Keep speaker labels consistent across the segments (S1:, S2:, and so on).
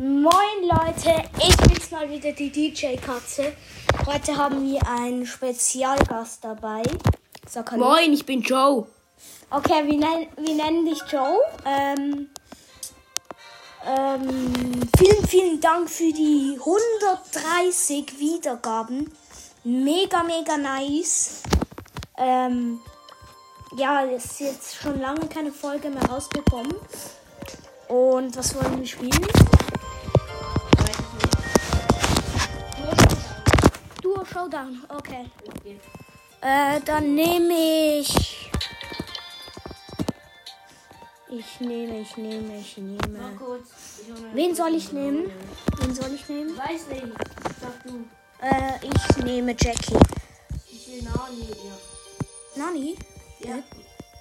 S1: Moin Leute, ich bin's mal wieder die DJ Katze. Heute haben wir einen Spezialgast dabei. Sag hallo.
S2: Moin, ich bin Joe.
S1: Okay, wir, nenn, wir nennen dich Joe. Ähm, ähm, vielen, vielen Dank für die 130 Wiedergaben. Mega, mega nice. Ähm, ja, es ist jetzt schon lange keine Folge mehr rausgekommen. Und was wollen wir spielen? Duo Showdown, okay. Äh, dann nehme ich. Ich nehme, ich nehme, ich nehme. Wen soll ich nehmen? Wen soll ich nehmen?
S2: Weiß nicht. Sag du.
S1: Äh, ich nehme Jackie.
S2: Ich will Nani. Ja.
S1: Nani?
S2: Ja.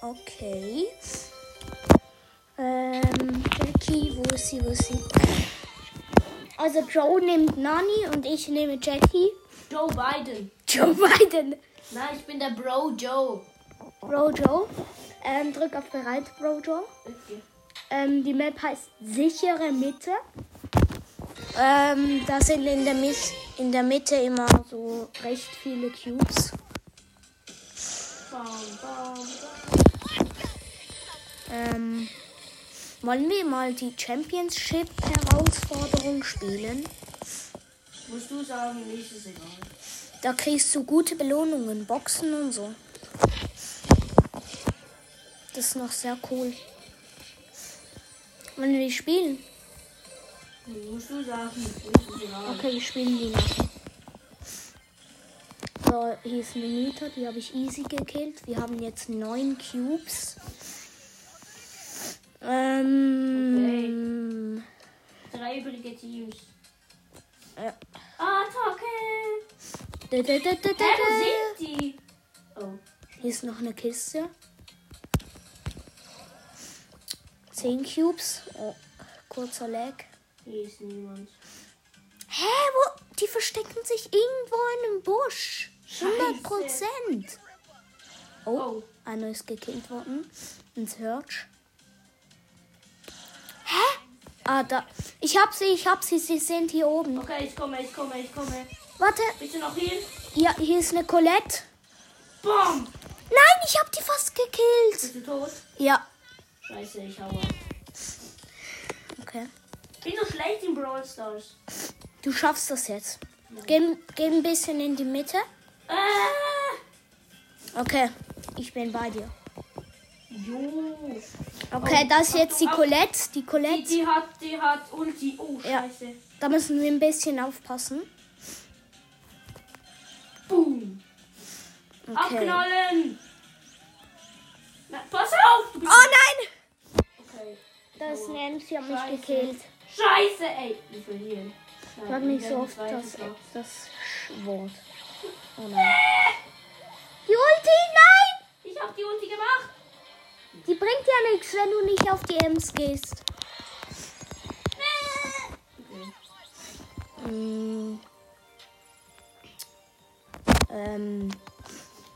S1: Okay. Ähm, Jackie, wo ist sie, wo ist sie? Also Joe nimmt Nani und ich nehme Jackie.
S2: Joe Biden.
S1: Joe Biden.
S2: Nein, ich bin der Bro Joe.
S1: Rojo. Ähm, drück auf bereit, Rojo.
S2: Okay.
S1: Ähm, die Map heißt sichere Mitte. Ähm, da sind in der, Mi in der Mitte immer so recht viele Cubes.
S2: Bam, bam.
S1: Ähm, wollen wir mal die Championship-Herausforderung spielen?
S2: Musst du sagen, mir ist es egal.
S1: Da kriegst du gute Belohnungen, Boxen und so. Das ist noch sehr cool. Wollen wir die spielen?
S2: Musst du sagen, mir ist es egal.
S1: Okay, wir spielen die noch. So, hier ist eine Nita, die habe ich easy gekillt. Wir haben jetzt neun Cubes. Ähm,
S2: Drei übrige Teams. Ah,
S1: Ja.
S2: Attacke!
S1: äh, da, da, da, da, da,
S2: Hä,
S1: da.
S2: wo sind die? Oh.
S1: Hier ist noch eine Kiste. Zehn Cubes. Oh, kurzer Lag.
S2: Hier ist niemand.
S1: Hä, wo? Die verstecken sich irgendwo in einem Busch. 100 Prozent. Oh,
S2: Oh.
S1: einer ist gekillt worden. Ein Search. Hä? Ah, da. Ich hab sie, ich hab sie. Sie sind hier oben.
S2: Oh. Okay, ich komme, ich komme, ich komme.
S1: Warte.
S2: Bist du noch hier?
S1: Ja, hier ist eine Colette.
S2: Bam!
S1: Nein, ich hab die fast gekillt.
S2: Bist du tot?
S1: Ja.
S2: Scheiße, ich hau ab.
S1: Okay.
S2: Bin so schlecht in Brawl Stars.
S1: Du schaffst das jetzt. Geh, geh ein bisschen in die Mitte.
S2: Ah!
S1: Okay. Ich bin bei dir.
S2: Jo.
S1: Okay,
S2: Oh,
S1: das ist jetzt die
S2: Achtung, Achtung.
S1: Colette. Die
S2: Die,
S1: Colette.
S2: die hat, die hat Ulti. Oh,
S1: Ja.
S2: scheiße.
S1: Da müssen wir ein bisschen aufpassen.
S2: Boom.
S1: Okay.
S2: Abknallen. Na, pass auf. Du
S1: Oh
S2: bist
S1: nein! Ah.
S2: okay.
S1: Das ist eine MC, hat
S2: Scheiße.
S1: mich gekillt.
S2: Scheiße, ey. Ich will hier.
S1: Sag nicht so oft das, das Wort. Oh nein. Die Ulti, nein!
S2: Ich hab die Ulti gemacht.
S1: Die bringt ja nichts, wenn du nicht auf die Ems gehst.
S2: Okay.
S1: Mm. Ähm,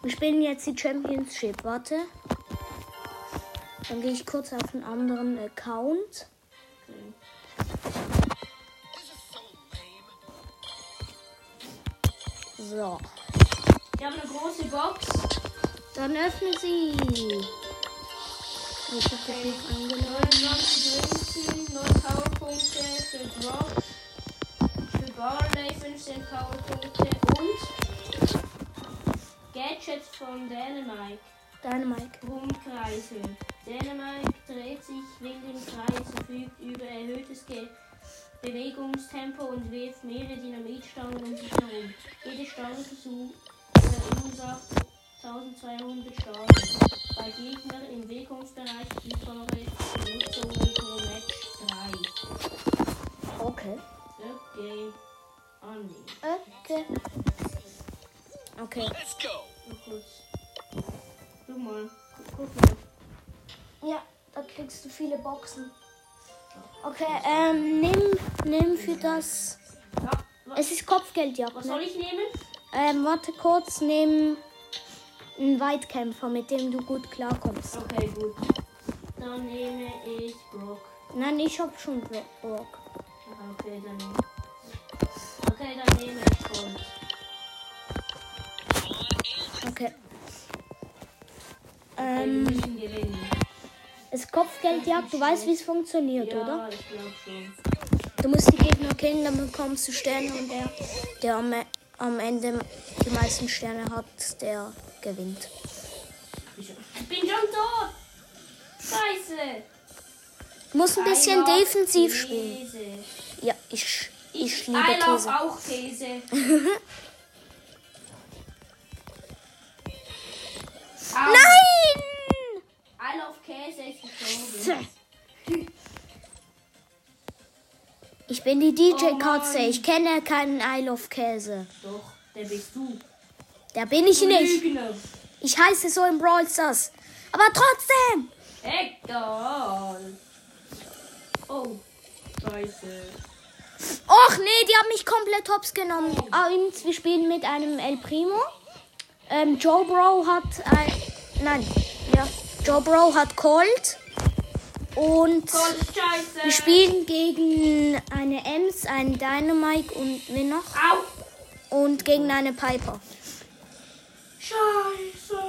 S1: wir spielen jetzt die Championship. Warte. Dann gehe ich kurz auf einen anderen Account. So.
S2: Ich habe eine große Box.
S1: Dann öffne sie. Ich hab
S2: Okay.
S1: dich angelockt.
S2: 99 Münzen, 9 Powerpunkte für Brock. Für Barley 15 Powerpunkte und Gadgets von Dänemark.
S1: Deine Mike.
S2: Rundkreise. Dänemark dreht sich wegen dem Kreis, verfügt über erhöhtes Ge Bewegungstempo und wirft mehrere Dynamitstangen um sich herum. Jede Stange versucht- äh, verursacht 1200 Schaden. Bei Gegnern im Wirkungsbereich überfordert Nutzungen pro Match 3.
S1: Okay.
S2: Okay. Ah nee,
S1: Okay. Okay.
S2: nur kurz. Guck mal. Guck, guck mal.
S1: Ja, da kriegst du viele Boxen. Okay, ähm, nimm, nimm für das.
S2: Ja, wa
S1: Es ist Kopfgeldjagd.
S2: was
S1: Ne?
S2: soll ich nehmen?
S1: Ähm, warte kurz, nimm einen Weitkämpfer, mit dem du gut klarkommst.
S2: Okay, gut. Dann nehme ich Brock.
S1: Nein, ich hab schon Rock.
S2: Aha. Okay, dann. Okay, dann nehme ich Gold.
S1: Okay.
S2: Wir
S1: Ähm,
S2: müssen gewinnen.
S1: es Kopfgeldjagd, du weißt, wie es funktioniert,
S2: ja,
S1: oder?
S2: ich glaube schon.
S1: Du musst die Gegner killen, dann bekommst du Sterne und der, der am, E- am Ende die meisten Sterne hat, der gewinnt.
S2: Ich bin schon tot! Scheiße!
S1: Du musst ein bisschen
S2: I love
S1: defensiv spielen.
S2: Käse.
S1: Ja, ich, ich liebe
S2: I love
S1: Käse.
S2: auch Käse. Au.
S1: Nein!
S2: I love Käse ist gestorben.
S1: Ich bin die
S2: Oh
S1: DJ Katze.
S2: Mann.
S1: Ich kenne keinen I Love Käse.
S2: Doch, der bist du.
S1: Der bin ich
S2: Du
S1: nicht.
S2: Lügner.
S1: Ich heiße so im Brawl Stars. Aber trotzdem!
S2: Egal. Oh, scheiße.
S1: Och nee, die haben mich komplett hops genommen. Übrigens, wir spielen mit einem El Primo. Ähm, Joe Bro hat ein. Nein. Ja. Joe Bro hat Colt. Und
S2: Gott, scheiße.
S1: wir spielen gegen eine Ems, einen Dynamite und wen noch?
S2: Au.
S1: Und gegen eine Piper.
S2: Scheiße.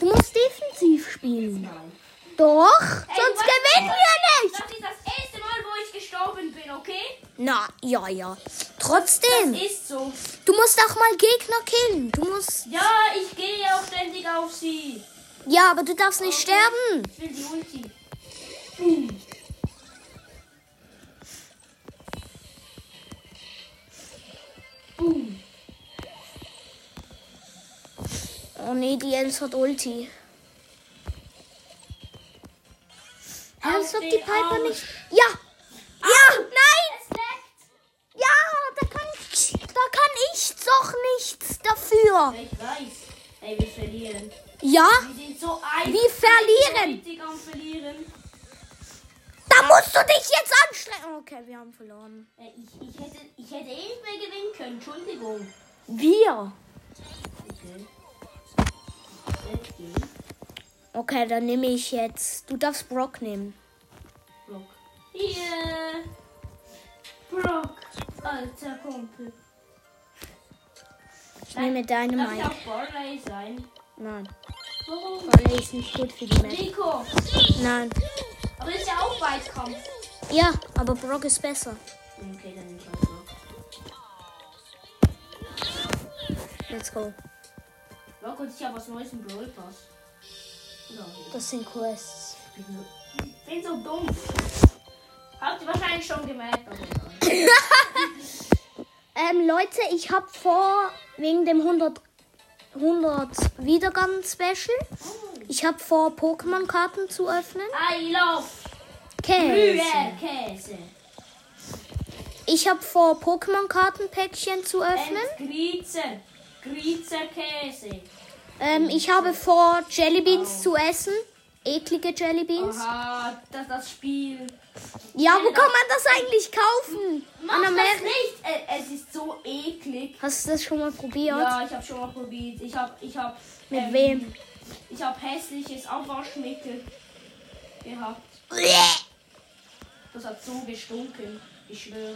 S1: Du musst defensiv spielen.
S2: Nein.
S1: Doch, sonst
S2: was-
S1: gewinnen wir nicht.
S2: Das ist das erste Mal, wo ich gestorben bin, okay?
S1: Na, ja, ja. Trotzdem,
S2: Ist so.
S1: du musst auch mal Gegner killen. Du musst.
S2: Ja, ich gehe auch ständig auf sie.
S1: Ja, aber du darfst nicht sterben.
S2: Ich will die Ulti. Boom. Boom.
S1: Oh nee, die Ems hat Ulti.
S2: Auf
S1: Als ob die
S2: den
S1: Piper
S2: Arsch.
S1: nicht. Ja!
S2: Ah.
S1: Ja! Nein!
S2: Es leckt.
S1: Ja! Da kann ich. Da kann ich doch nichts dafür.
S2: ne? Ich weiß. Ey, wir verlieren.
S1: Ja?
S2: Wir sind so ein.
S1: Wir verlieren.
S2: Richtig am Verlieren.
S1: Da musst du dich jetzt anstrengen. Okay, wir haben verloren.
S2: Ey, Äh, ich, ich, hätte, ich hätte eh nicht mehr gewinnen können. Entschuldigung.
S1: Wir.
S2: Okay. Let's go.
S1: Okay, dann nehme ich jetzt. Du darfst Brock nehmen.
S2: Brock. Hier. Brock. Alter Kumpel.
S1: Ich nehme
S2: Darf ich
S1: Dynamite.
S2: auch Barley sein?
S1: Nein.
S2: Warum?
S1: Barley ist nicht gut für die Map.
S2: Rico.
S1: Nein.
S2: Aber das ist ja auch Weitkampf.
S1: Ja, aber Brock ist besser.
S2: Okay, dann ich auch Brock.
S1: Let's go.
S2: Brock und ich haben was Neues im Brawl Pass. Oder auch nicht.
S1: Das sind Quests.
S2: bin so, bin so dumm. Habt ihr wahrscheinlich schon gemerkt. aber egal.
S1: Ähm, Leute, ich habe vor, wegen dem 100, 100 Wiedergaben-Special, ich habe vor, Pokémon-Karten zu öffnen.
S2: I love
S1: Käse.
S2: Brühe-Käse.
S1: Ich habe vor, Pokémon-Kartenpäckchen zu öffnen.
S2: Und Grieße. Grieße-Käse.
S1: Ähm, ich habe vor, Jellybeans zu essen. Eklige Jellybeans.
S2: Aha, das ist das Spiel.
S1: Ja, wo kann man das eigentlich kaufen?
S2: Mach
S1: An
S2: das
S1: Amerika.
S2: nicht. Äh, Es ist so eklig.
S1: Hast du das schon mal probiert?
S2: Ja, ich habe schon mal probiert. Ich habe, ich ähm, habe.
S1: Mit wem?
S2: Ich habe hässliches Abwaschmittel gehabt.
S1: Ähm.
S2: Das hat so gestunken. Ich schwöre.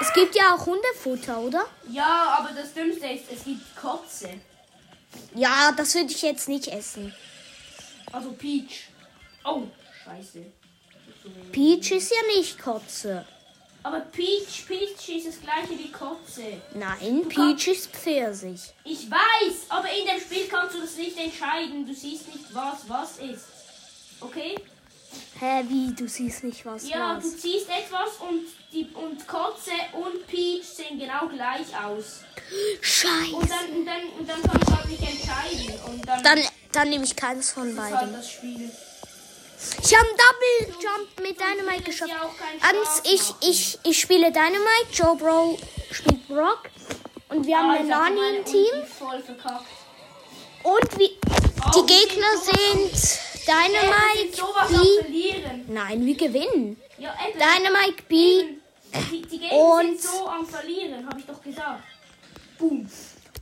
S1: Es gibt ja auch Hundefutter, oder?
S2: Ja, aber das Dümmste ist, es gibt Kotze.
S1: Ja, das würde ich jetzt nicht essen.
S2: Also Peach. Oh, scheiße.
S1: Peach ist ja nicht Kotze.
S2: Aber Peach, Peach ist das gleiche wie Kotze.
S1: Nein, Peach ist Pfirsich.
S2: Ich weiß, aber in dem Spiel kannst du das nicht entscheiden. Du siehst nicht, was was ist. Okay?
S1: Hä, wie? Du siehst nicht, was
S2: ja,
S1: ja,
S2: du ziehst etwas und, die, und Kotze und Peach sehen genau gleich aus. Und
S1: Scheiße.
S2: dann, und dann, und dann kannst du halt nicht entscheiden. Und dann,
S1: Dann, dann nehme ich keins von
S2: ist halt
S1: beiden.
S2: das Spiel.
S1: Ich habe einen Double Jump mit Dynamite geschafft.
S2: Ja auch keinen
S1: Ans,
S2: Spaß
S1: ich,
S2: machen.
S1: ich, ich spiele Dynamite, Joe Bro spielt Brock. Und wir haben
S2: Ah,
S1: eine
S2: ich hab
S1: Nani
S2: meine
S1: im Team.
S2: Ulti voll verkackt.
S1: Und wie,
S2: Oh,
S1: die Gegner sind
S2: Ey,
S1: Dynamite,
S2: das ist sowas am
S1: Bee.
S2: verlieren.
S1: Nein, wir gewinnen.
S2: Ja, eben.
S1: Dynamite, Bee
S2: Die, die Games
S1: Und-
S2: sind so am Verlieren, habe ich doch gesagt. Boom.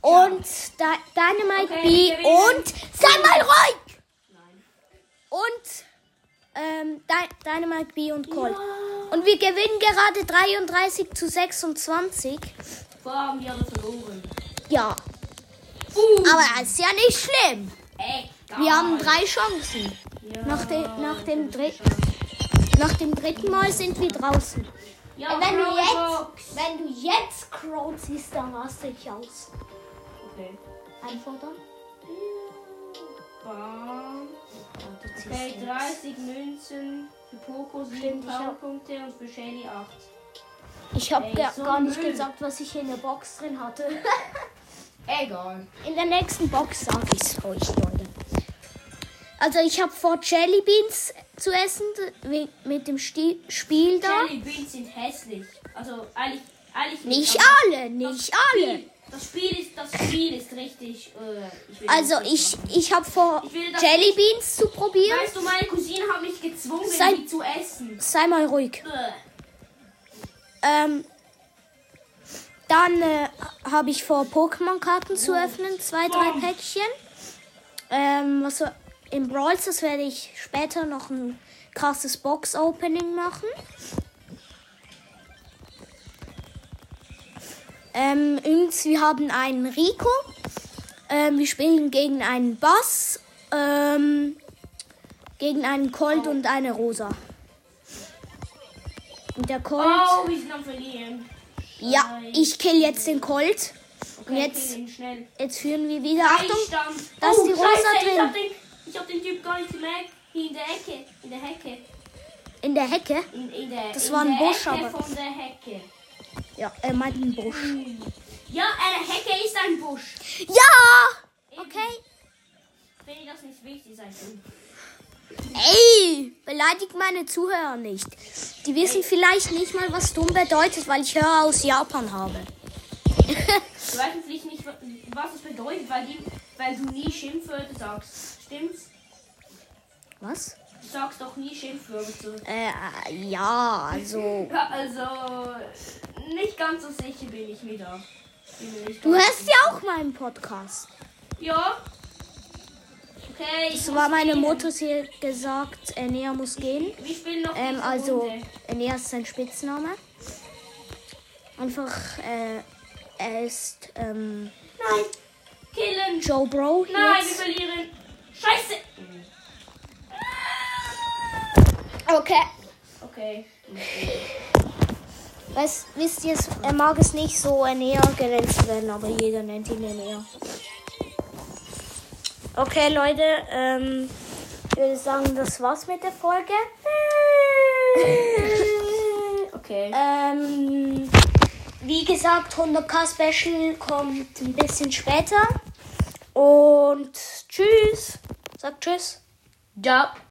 S1: und Di- Dynamite,
S2: Okay,
S1: Bee
S2: wir gewinnen.
S1: und. Sei mal ruhig!
S2: Nein.
S1: Und ähm, Dy- Dynamite B und Colt. Und wir gewinnen gerade 33 zu 26.
S2: Vorher haben wir alle verloren.
S1: Ja,
S2: Uh,
S1: aber das ist ja nicht schlimm.
S2: egal.
S1: Wir haben drei Chancen.
S2: Ja,
S1: Nach, de nach, dem,
S2: das
S1: dritt
S2: ist schon-
S1: nach dem dritten Mal sind wir draußen.
S2: Ja,
S1: wenn, du
S2: Crowbox.
S1: jetzt, wenn du jetzt Crow siehst, dann raste ich aus.
S2: Okay.
S1: Einfordern?
S2: Bam.
S1: du ziehst
S2: Okay,
S1: nix.
S2: 30 Münzen. Für Poco 7
S1: Stimmt, ich hab-
S2: Powerpunkte und für Shelly 8.
S1: Ich habe
S2: Ey,
S1: gar,
S2: so
S1: gar nicht
S2: Müll.
S1: gesagt, was ich in der Box drin hatte.
S2: Egal.
S1: In der nächsten Box sag ich's euch, Leute. Also ich habe vor Jelly Beans zu essen we- mit dem Sti Spiel da.
S2: Shelly Beans sind hässlich. Also eigentlich, eigentlich
S1: Nicht
S2: aber
S1: alle, nicht alle.
S2: Das Spiel ist, das Spiel ist richtig. Äh, ich will
S1: Also
S2: das nicht
S1: ich
S2: machen.
S1: ich habe vor
S2: Ich will das
S1: Jelly Beans zu probieren.
S2: Weißt du, meine Cousine hat mich gezwungen,
S1: Sei-
S2: die zu essen.
S1: Sei mal ruhig.
S2: Äh,
S1: Ähm, dann äh, habe ich vor, Pokémon-Karten zu öffnen. Zwei, drei
S2: Bam.
S1: Päckchen. Ähm, was so, Im Brawl Stars werde ich später noch ein krasses Box-Opening machen. Ähm, übrigens, wir haben einen Rico. Ähm, wir spielen gegen einen Bass, ähm, gegen einen Colt und eine Rosa. Und der Colt.
S2: Oh, wir sind am Verlieren.
S1: Ja, ich kill jetzt den Colt.
S2: Okay,
S1: Jetzt-
S2: kriegen ihn Schnell.
S1: Jetzt führen wir wieder.
S2: Achtung!
S1: Achtung! da ist die Rosa
S2: Ich
S1: drin.
S2: hab, den, ich hab den Typ gar nicht gemerkt. In der Ecke. In der Hecke.
S1: In der Hecke.
S2: In, in der,
S1: Das
S2: in
S1: war ein
S2: der
S1: Busch,
S2: Ecke
S1: aber-
S2: von der Hecke.
S1: Ja, er meint einen Busch.
S2: Hm. Ja, eine Hecke ist ein Busch.
S1: Ja! Okay.
S2: Wenn ihr das nicht wichtig seid.
S1: Ey, beleidigt meine Zuhörer nicht. Die wissen vielleicht nicht mal, was dumm bedeutet, weil ich Hörer aus Japan habe.
S2: Du weißt natürlich nicht, was es bedeutet, weil, die, weil du nie Schimpfwörter sagst. Stimmt's?
S1: Was?
S2: Du sagst doch nie Schimpfwörter.
S1: Äh, ja, also.
S2: Ja, also, nicht ganz so sicher bin ich mir da. Bin mir nicht
S1: Du
S2: ganz
S1: hörst
S2: sicher.
S1: ja auch meinen Podcast.
S2: Ja. Okay, ich
S1: Das
S2: muss
S1: war meine
S2: gehen.
S1: Mutter, sie hat gesagt, Enea muss gehen.
S2: Wir spielen noch
S1: Ähm,
S2: diese
S1: also,
S2: Runde.
S1: Enea ist sein Spitzname. Einfach, äh, er ist, ähm,
S2: Nein! Killen!
S1: Joe Bro.
S2: Nein,
S1: jetzt.
S2: wir verlieren! Scheiße!
S1: Okay.
S2: Okay.
S1: Was, wisst ihr, es- er mag es nicht so Enea genannt zu werden, aber jeder nennt ihn Enea. Okay, Leute, ähm, ich würde sagen, das war's mit der Folge.
S2: Okay.
S1: ähm, wie gesagt, 100k Special kommt ein bisschen später. Und tschüss. Sagt tschüss.
S2: Job.